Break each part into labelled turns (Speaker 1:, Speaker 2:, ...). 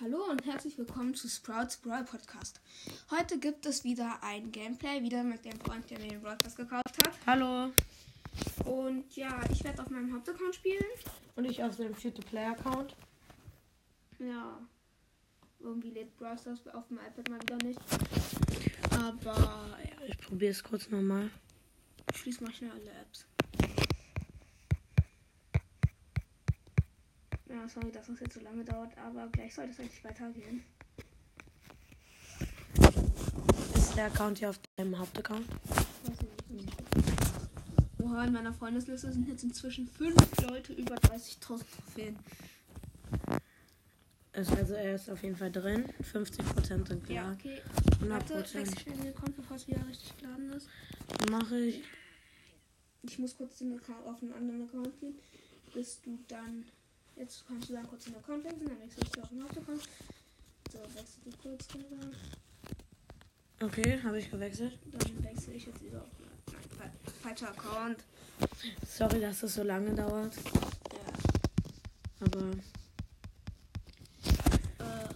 Speaker 1: Hallo und herzlich willkommen zu Sprouts Brawl Podcast. Heute gibt es wieder ein Gameplay, wieder mit dem Freund, der mir den Broadcast gekauft hat.
Speaker 2: Hallo.
Speaker 1: Und ja, ich werde auf meinem Hauptaccount spielen.
Speaker 2: Und ich auf meinem Free-to-Play-Account.
Speaker 1: Ja, irgendwie lädt Brawl Stars auf dem iPad mal wieder nicht. Aber ja,
Speaker 2: Ich probiere es kurz nochmal.
Speaker 1: ich schließ mal schnell alle Apps. Ja, sorry, dass es jetzt so lange dauert, aber gleich soll das eigentlich weitergehen.
Speaker 2: Ist der Account hier auf deinem Hauptaccount?
Speaker 1: Weiß ich nicht. Oha, in meiner Freundesliste sind jetzt inzwischen fünf Leute über 30.000 Trophäen.
Speaker 2: Ist also er ist auf jeden Fall drin. 50% sind klar.
Speaker 1: okay.
Speaker 2: 100%.
Speaker 1: Warte, wechsel schnell den Account, bevor es wieder richtig geladen ist.
Speaker 2: Mache ich.
Speaker 1: Ich muss kurz den Account auf einen anderen Account gehen, bis du dann. Jetzt kannst du dann kurz den Account wechseln, dann wechselst du auf den Hauptaccount. So, wechsel du kurz rüber.
Speaker 2: Okay, habe ich gewechselt.
Speaker 1: Dann wechsle ich jetzt wieder auf. Nein, fa- falscher Account.
Speaker 2: Sorry, dass das so lange dauert.
Speaker 1: Ja.
Speaker 2: Aber
Speaker 1: Äh,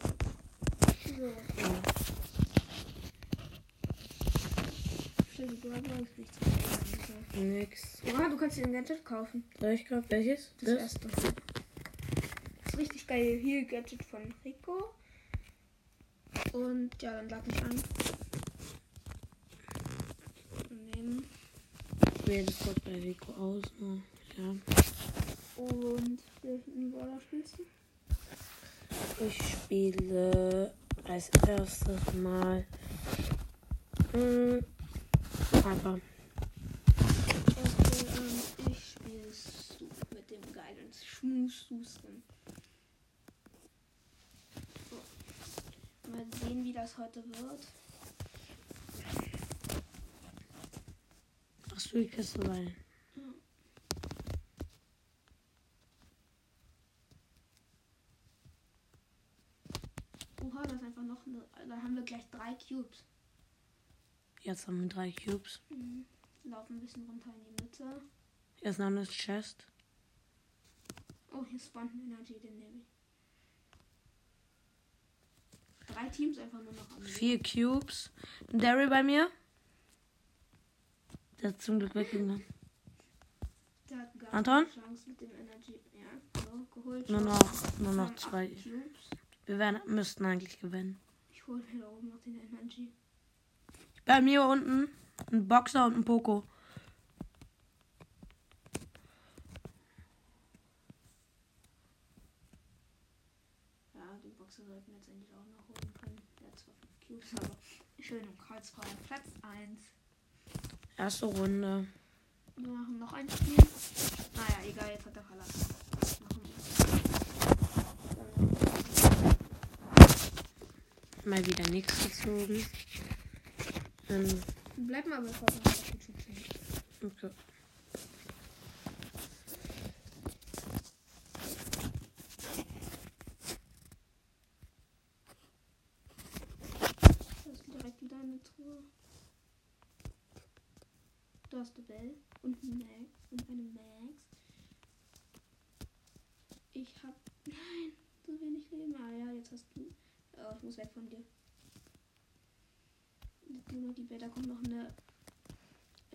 Speaker 1: so,
Speaker 2: ja.
Speaker 1: stell die Brother und nichts mehr.
Speaker 2: nix.
Speaker 1: Ja, du kannst dir ein Gadget kaufen.
Speaker 2: Soll ich gerade welches?
Speaker 1: Das erste. Das ist richtig geil. Hier Gadget von Rico. Und ja, dann lad mich an. Nehmen.
Speaker 2: Nee, das kommt bei Rico aus. Oh, ja.
Speaker 1: Und welchen Brawler spielst du?
Speaker 2: Ich spiele als erstes mal. hm, Mh, Piper.
Speaker 1: Okay, ähm, ich spiele Stu mit dem geilen Schmususen. So. Mal sehen, wie das heute wird.
Speaker 2: Ach so, die Kiste rein.
Speaker 1: Oha, das ist einfach noch eine. Da haben wir gleich drei Cubes.
Speaker 2: Jetzt haben wir drei Cubes.
Speaker 1: Laufen ein bisschen runter in die Mitte.
Speaker 2: Jetzt noch eine Chest.
Speaker 1: Oh, hier spawnt ein Energy, den nehme ich. Drei Teams einfach nur noch am
Speaker 2: Vier Cubes. Ein Daryl bei mir. Der ist zum Glück weggegangen.
Speaker 1: Der hat gar
Speaker 2: Anton?
Speaker 1: keine Chance mit dem Energy. Ja, so, geholt.
Speaker 2: Nur
Speaker 1: schon.
Speaker 2: noch, nur
Speaker 1: Wir
Speaker 2: noch
Speaker 1: haben
Speaker 2: zwei.
Speaker 1: acht Cubes.
Speaker 2: Wir werden, müssten eigentlich gewinnen.
Speaker 1: Ich hole hier oben noch den Energy.
Speaker 2: Bei mir unten ein Boxer und ein Poco.
Speaker 1: Ja, den Boxer sollten wir jetzt eigentlich auch noch holen können. Der hat zwar fünf Cubes, aber schön im Kreuzfeuer. Platz 1.
Speaker 2: Erste Runde.
Speaker 1: Wir machen noch ein Spiel. Naja, egal, jetzt hat er verlassen. Machen wir.
Speaker 2: Mal wieder nichts gezogen. Ähm,
Speaker 1: Bleib mal bei Fortnite.
Speaker 2: okay.
Speaker 1: Da ist direkt wieder eine Truhe. Da hast du Bell und einen Max und eine Max. Ich hab. Nein, so wenig Leben. Ah ja, jetzt hast du. Oh, ich muss weg von dir. Jetzt nur noch die Bell. Da kommt noch eine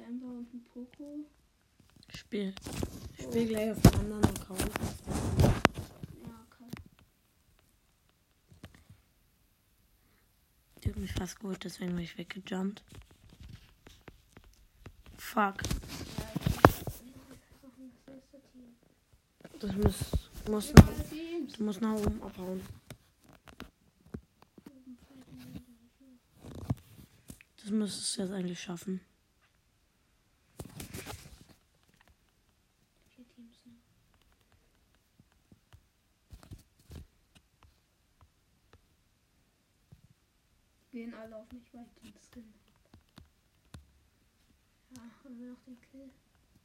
Speaker 1: Amber und ein Poco.
Speaker 2: Spiel. Spiel gleich auf einem anderen Account.
Speaker 1: Ja, okay.
Speaker 2: Die hat mich fast geholt, deswegen bin ich weggejumpt. Fuck. Das muss, muss nach,
Speaker 1: Überall Teams.
Speaker 2: du musst nach oben abhauen. Das müsstest du jetzt eigentlich schaffen.
Speaker 1: Vier Teams, ne? Gehen alle auf mich, weil ich den Skin hab. Ja, haben wir noch den Kill.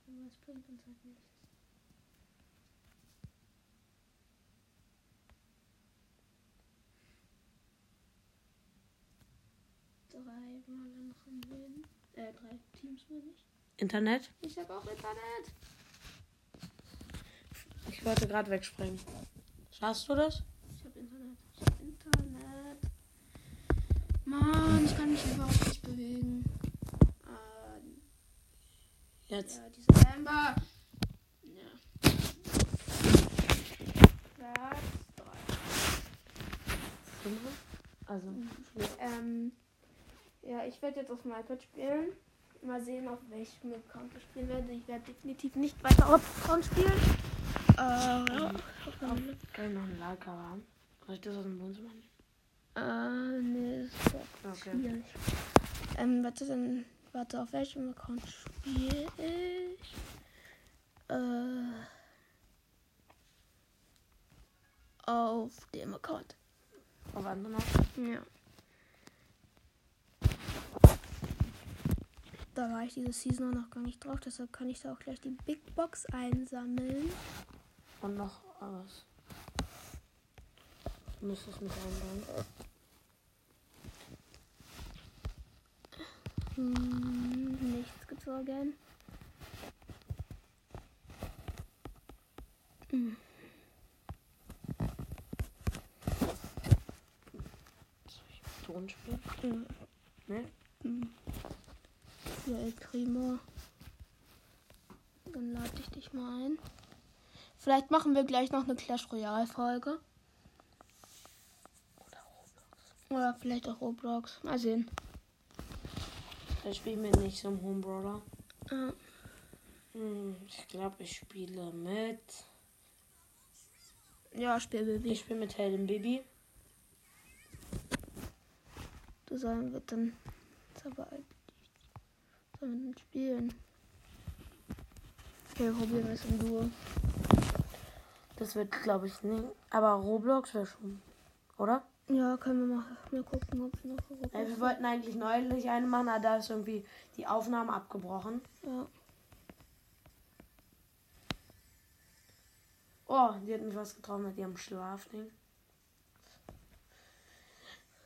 Speaker 1: Aber es bringt uns halt nichts. Drei Mal noch im Win. Äh, drei Teams meine ich.
Speaker 2: Internet?
Speaker 1: Ich habe auch Internet.
Speaker 2: Ich wollte gerade wegspringen. Schaffst du das?
Speaker 1: Ich hab Internet. Ich hab Internet. Mann, ich kann mich überhaupt nicht bewegen. Ähm,
Speaker 2: Jetzt.
Speaker 1: ja, diese Amber. Ja. Platz drei.
Speaker 2: Also.
Speaker 1: Ähm, ja, ich werde jetzt auf dem iPad spielen. Mal sehen, auf welchem Account ich spielen werde. Ich werde definitiv nicht weiter auf Account spielen. Äh, ja.
Speaker 2: Kann ich noch einen Lager haben? Soll ich das aus dem Wohnzimmer nehmen?
Speaker 1: Äh, nee, ist doch
Speaker 2: Okay.
Speaker 1: schwierig. Ähm, warte, dann, warte, auf welchem Account spiele ich? Äh, auf dem Account.
Speaker 2: Auf anderen noch?
Speaker 1: Ja. Da war ich diese Season auch noch gar nicht drauf, deshalb kann ich da auch gleich die Big Box einsammeln.
Speaker 2: Und noch äh, was. Du musst es mit einbauen.
Speaker 1: Hm, nichts gezogen.
Speaker 2: Soll ich Ton spielen?
Speaker 1: Ja.
Speaker 2: Ne?
Speaker 1: Hm. Ja, El Primo. Dann lade ich dich mal ein. Vielleicht machen wir gleich noch eine Clash Royale Folge. Oder vielleicht auch Roblox. Mal sehen.
Speaker 2: Ich spiele mit nicht so einem Home Brawler.
Speaker 1: Ja.
Speaker 2: Hm, ich glaube, ich spiele mit.
Speaker 1: Ja, Spielbaby.
Speaker 2: Ich spiele mit Helden Baby.
Speaker 1: Du sollen wir dann. Ist aber alt. Sollen wir dann spielen? Okay, probieren wir es im Duo.
Speaker 2: Das wird, glaube ich, nicht. Aber Roblox wäre schon. Oder?
Speaker 1: Ja, können wir mal, mal gucken, ob wir noch
Speaker 2: Ey,
Speaker 1: Roblox.
Speaker 2: wir wollten eigentlich neulich eine machen, aber da ist irgendwie die Aufnahme abgebrochen.
Speaker 1: Ja.
Speaker 2: Oh, die hat mich was getroffen mit ihrem Schlafding.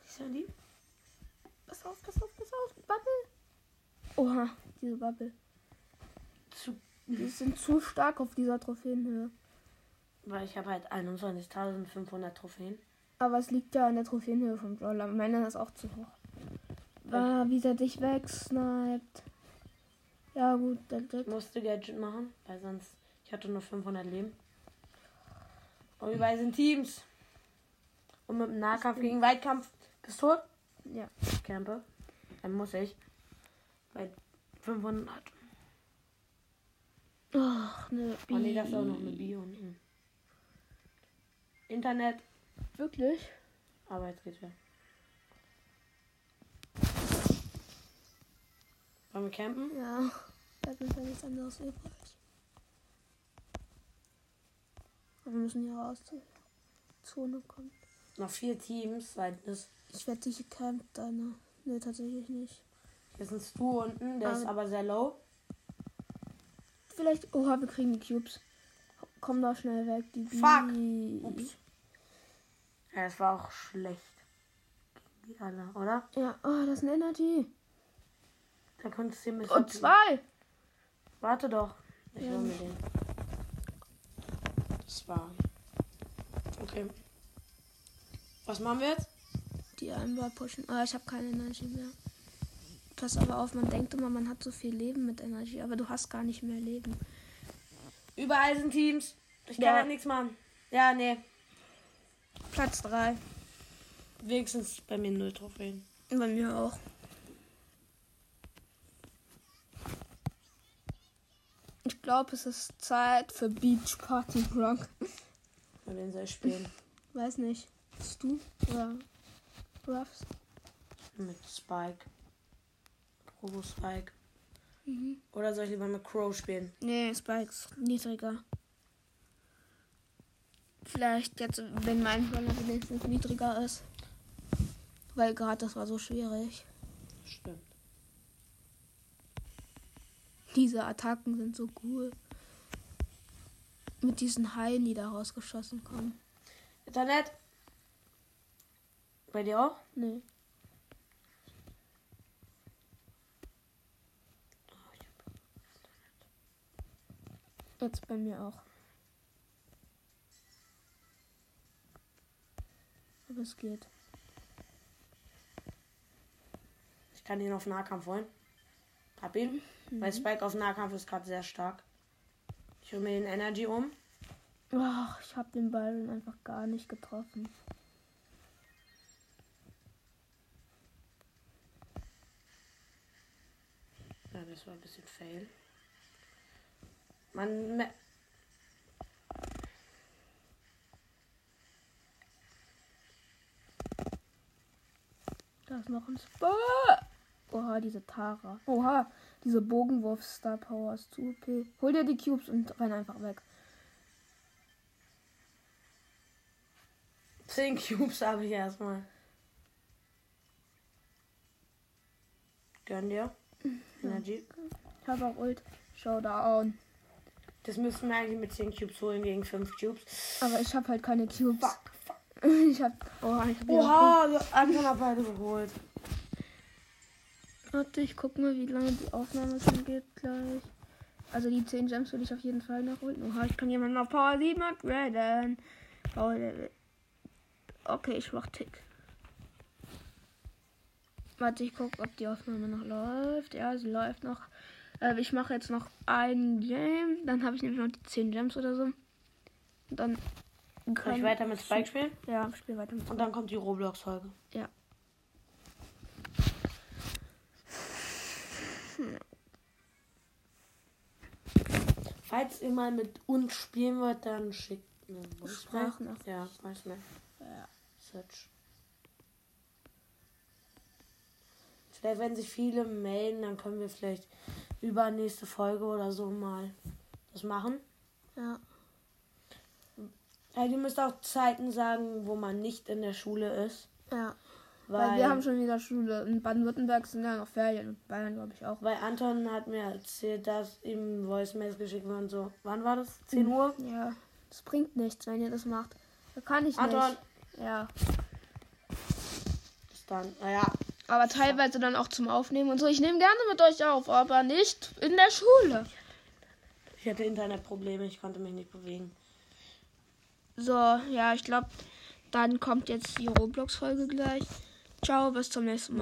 Speaker 2: Siehst du die?
Speaker 1: Pass auf, pass auf, pass auf. Bubble. Oha, diese Bubble.
Speaker 2: Zu,
Speaker 1: Die sind zu stark auf dieser Trophäenhöhe.
Speaker 2: weil ich habe halt 21.500 Trophäen.
Speaker 1: Aber es liegt ja an der Trophäenhöhe von Brawler. Meine ist auch zu hoch. Ah, wie der dich wegsniped. Ja, gut, dann
Speaker 2: Ich
Speaker 1: direkt.
Speaker 2: musste Gadget machen, weil sonst ich hatte nur 500 Leben. Und wir beide sind Teams. Und mit dem Nahkampf gegen Weitkampf Pistol.
Speaker 1: Ja.
Speaker 2: Campe. Dann muss ich. Bei 500.
Speaker 1: Ach, ne.
Speaker 2: Oh nee, das ist auch noch eine Bio. Mhm. Internet.
Speaker 1: Wirklich?
Speaker 2: Aber jetzt geht's wieder. Wollen wir campen?
Speaker 1: Ja. Da ist ja nichts anderes übrig. Aber wir müssen hier raus zur Zone kommen.
Speaker 2: Noch vier Teams. weil das-
Speaker 1: Ich werde dich gecampt, deine. Ne, tatsächlich nicht.
Speaker 2: Hier ist ein Stu unten, der ist
Speaker 1: Aber-
Speaker 2: aber sehr low.
Speaker 1: Vielleicht. Oha, wir kriegen die Cubes. Komm da schnell weg. Die
Speaker 2: Fuck.
Speaker 1: Bi-
Speaker 2: Ups. Ja, das war auch schlecht. Gegen die alle, oder?
Speaker 1: Ja, oh, das ist ein Energy.
Speaker 2: Da konntest du ein bisschen.
Speaker 1: Und zwei.
Speaker 2: Warte doch. Ich
Speaker 1: Ja.
Speaker 2: hol mir den. Das war. Okay. Was machen wir jetzt?
Speaker 1: Die Amber pushen. Oh, ich habe keine Energy mehr. Pass aber auf, man denkt immer, man hat so viel Leben mit Energy, aber du hast gar nicht mehr Leben.
Speaker 2: Überall sind Teams. Ich kann
Speaker 1: Ja.
Speaker 2: halt nichts machen. Ja, nee.
Speaker 1: Platz 3.
Speaker 2: Wenigstens bei mir null Trophäen.
Speaker 1: Bei mir auch. Ich glaube, es ist Zeit für Beach Party Rock.
Speaker 2: Und den soll ich spielen.
Speaker 1: Weiß nicht. Bist du? Oder Ruffs?
Speaker 2: mit Spike. Robo Spike.
Speaker 1: Mhm.
Speaker 2: Oder soll ich lieber mit Crow spielen?
Speaker 1: Nee, Spikes. Niedriger. Vielleicht jetzt, wenn mein Brawler wenigstens niedriger ist. Weil gerade das war so schwierig.
Speaker 2: Stimmt.
Speaker 1: Diese Attacken sind so cool. Mit diesen Heilen, die da rausgeschossen kommen.
Speaker 2: Internet. Bei dir auch?
Speaker 1: Nee. Jetzt bei mir auch. was geht.
Speaker 2: Ich kann ihn auf Nahkampf holen. Hab ihn. Mein Spike auf Nahkampf ist gerade sehr stark. Ich hole mir den Energy um.
Speaker 1: Ach, ich habe den Ball einfach gar nicht getroffen.
Speaker 2: Ja, das war ein bisschen fail. Man. me-
Speaker 1: Da ist noch ein Spur. Oha, diese Tara. Oha, diese Bogenwurf Star Power ist zu OP. Hol dir die Cubes und renn einfach weg.
Speaker 2: 10 Cubes habe ich erstmal. Gönn dir. Energy.
Speaker 1: Ich habe auch Ult. Showdown.
Speaker 2: Das müssten wir eigentlich mit 10 Cubes holen gegen 5 Cubes.
Speaker 1: Aber ich habe halt keine Cubes.
Speaker 2: Fuck, fuck.
Speaker 1: Ich habe. Oha, ich habe.
Speaker 2: Oha, wir- Anton hat beide geholt.
Speaker 1: Warte, ich guck mal, wie lange die Aufnahme schon geht gleich. Also die 10 Gems will ich auf jeden Fall noch holen. Oha, ich kann jemanden auf Power 7 upgraden. Power Level. Okay, ich mach Tick. Warte, ich guck, ob die Aufnahme noch läuft. Ja, sie läuft noch. Äh, ich mache jetzt noch ein Game. Dann habe ich nämlich noch die 10 Gems oder so. Und dann
Speaker 2: Kann ich weiter mit Spike spielen?
Speaker 1: Ja, ich spiel weiter mit
Speaker 2: Und dann kommt die Roblox-Folge.
Speaker 1: ja.
Speaker 2: Falls ihr mal mit uns spielen wollt, dann schickt eine Voicemail.
Speaker 1: Sprachnachricht.
Speaker 2: Ja, weiß nicht.
Speaker 1: Ja.
Speaker 2: Search. Vielleicht, wenn sich viele melden, dann können wir vielleicht über nächste Folge oder so mal das machen.
Speaker 1: Ja.
Speaker 2: Also ihr müsst auch Zeiten sagen, wo man nicht in der Schule ist.
Speaker 1: Ja.
Speaker 2: Weil,
Speaker 1: Weil wir haben schon wieder Schule. In Baden-Württemberg sind ja noch Ferien. Und Bayern, glaube ich, auch.
Speaker 2: weil Anton hat mir erzählt, dass ihm Voicemails geschickt wurden. So, wann war das? 10
Speaker 1: Hm.
Speaker 2: Uhr?
Speaker 1: Ja. Das bringt nichts, wenn ihr das macht. Da kann ich
Speaker 2: Anton.
Speaker 1: nicht. Ja.
Speaker 2: Bis dann. Naja,
Speaker 1: Aber teilweise dann auch zum Aufnehmen und so. Ich nehme gerne mit euch auf, aber nicht in der Schule.
Speaker 2: ich hatte Internetprobleme, ich konnte mich nicht bewegen.
Speaker 1: So, ja, ich glaube, dann kommt jetzt die Roblox-Folge gleich. Ciao, bis zum nächsten Mal.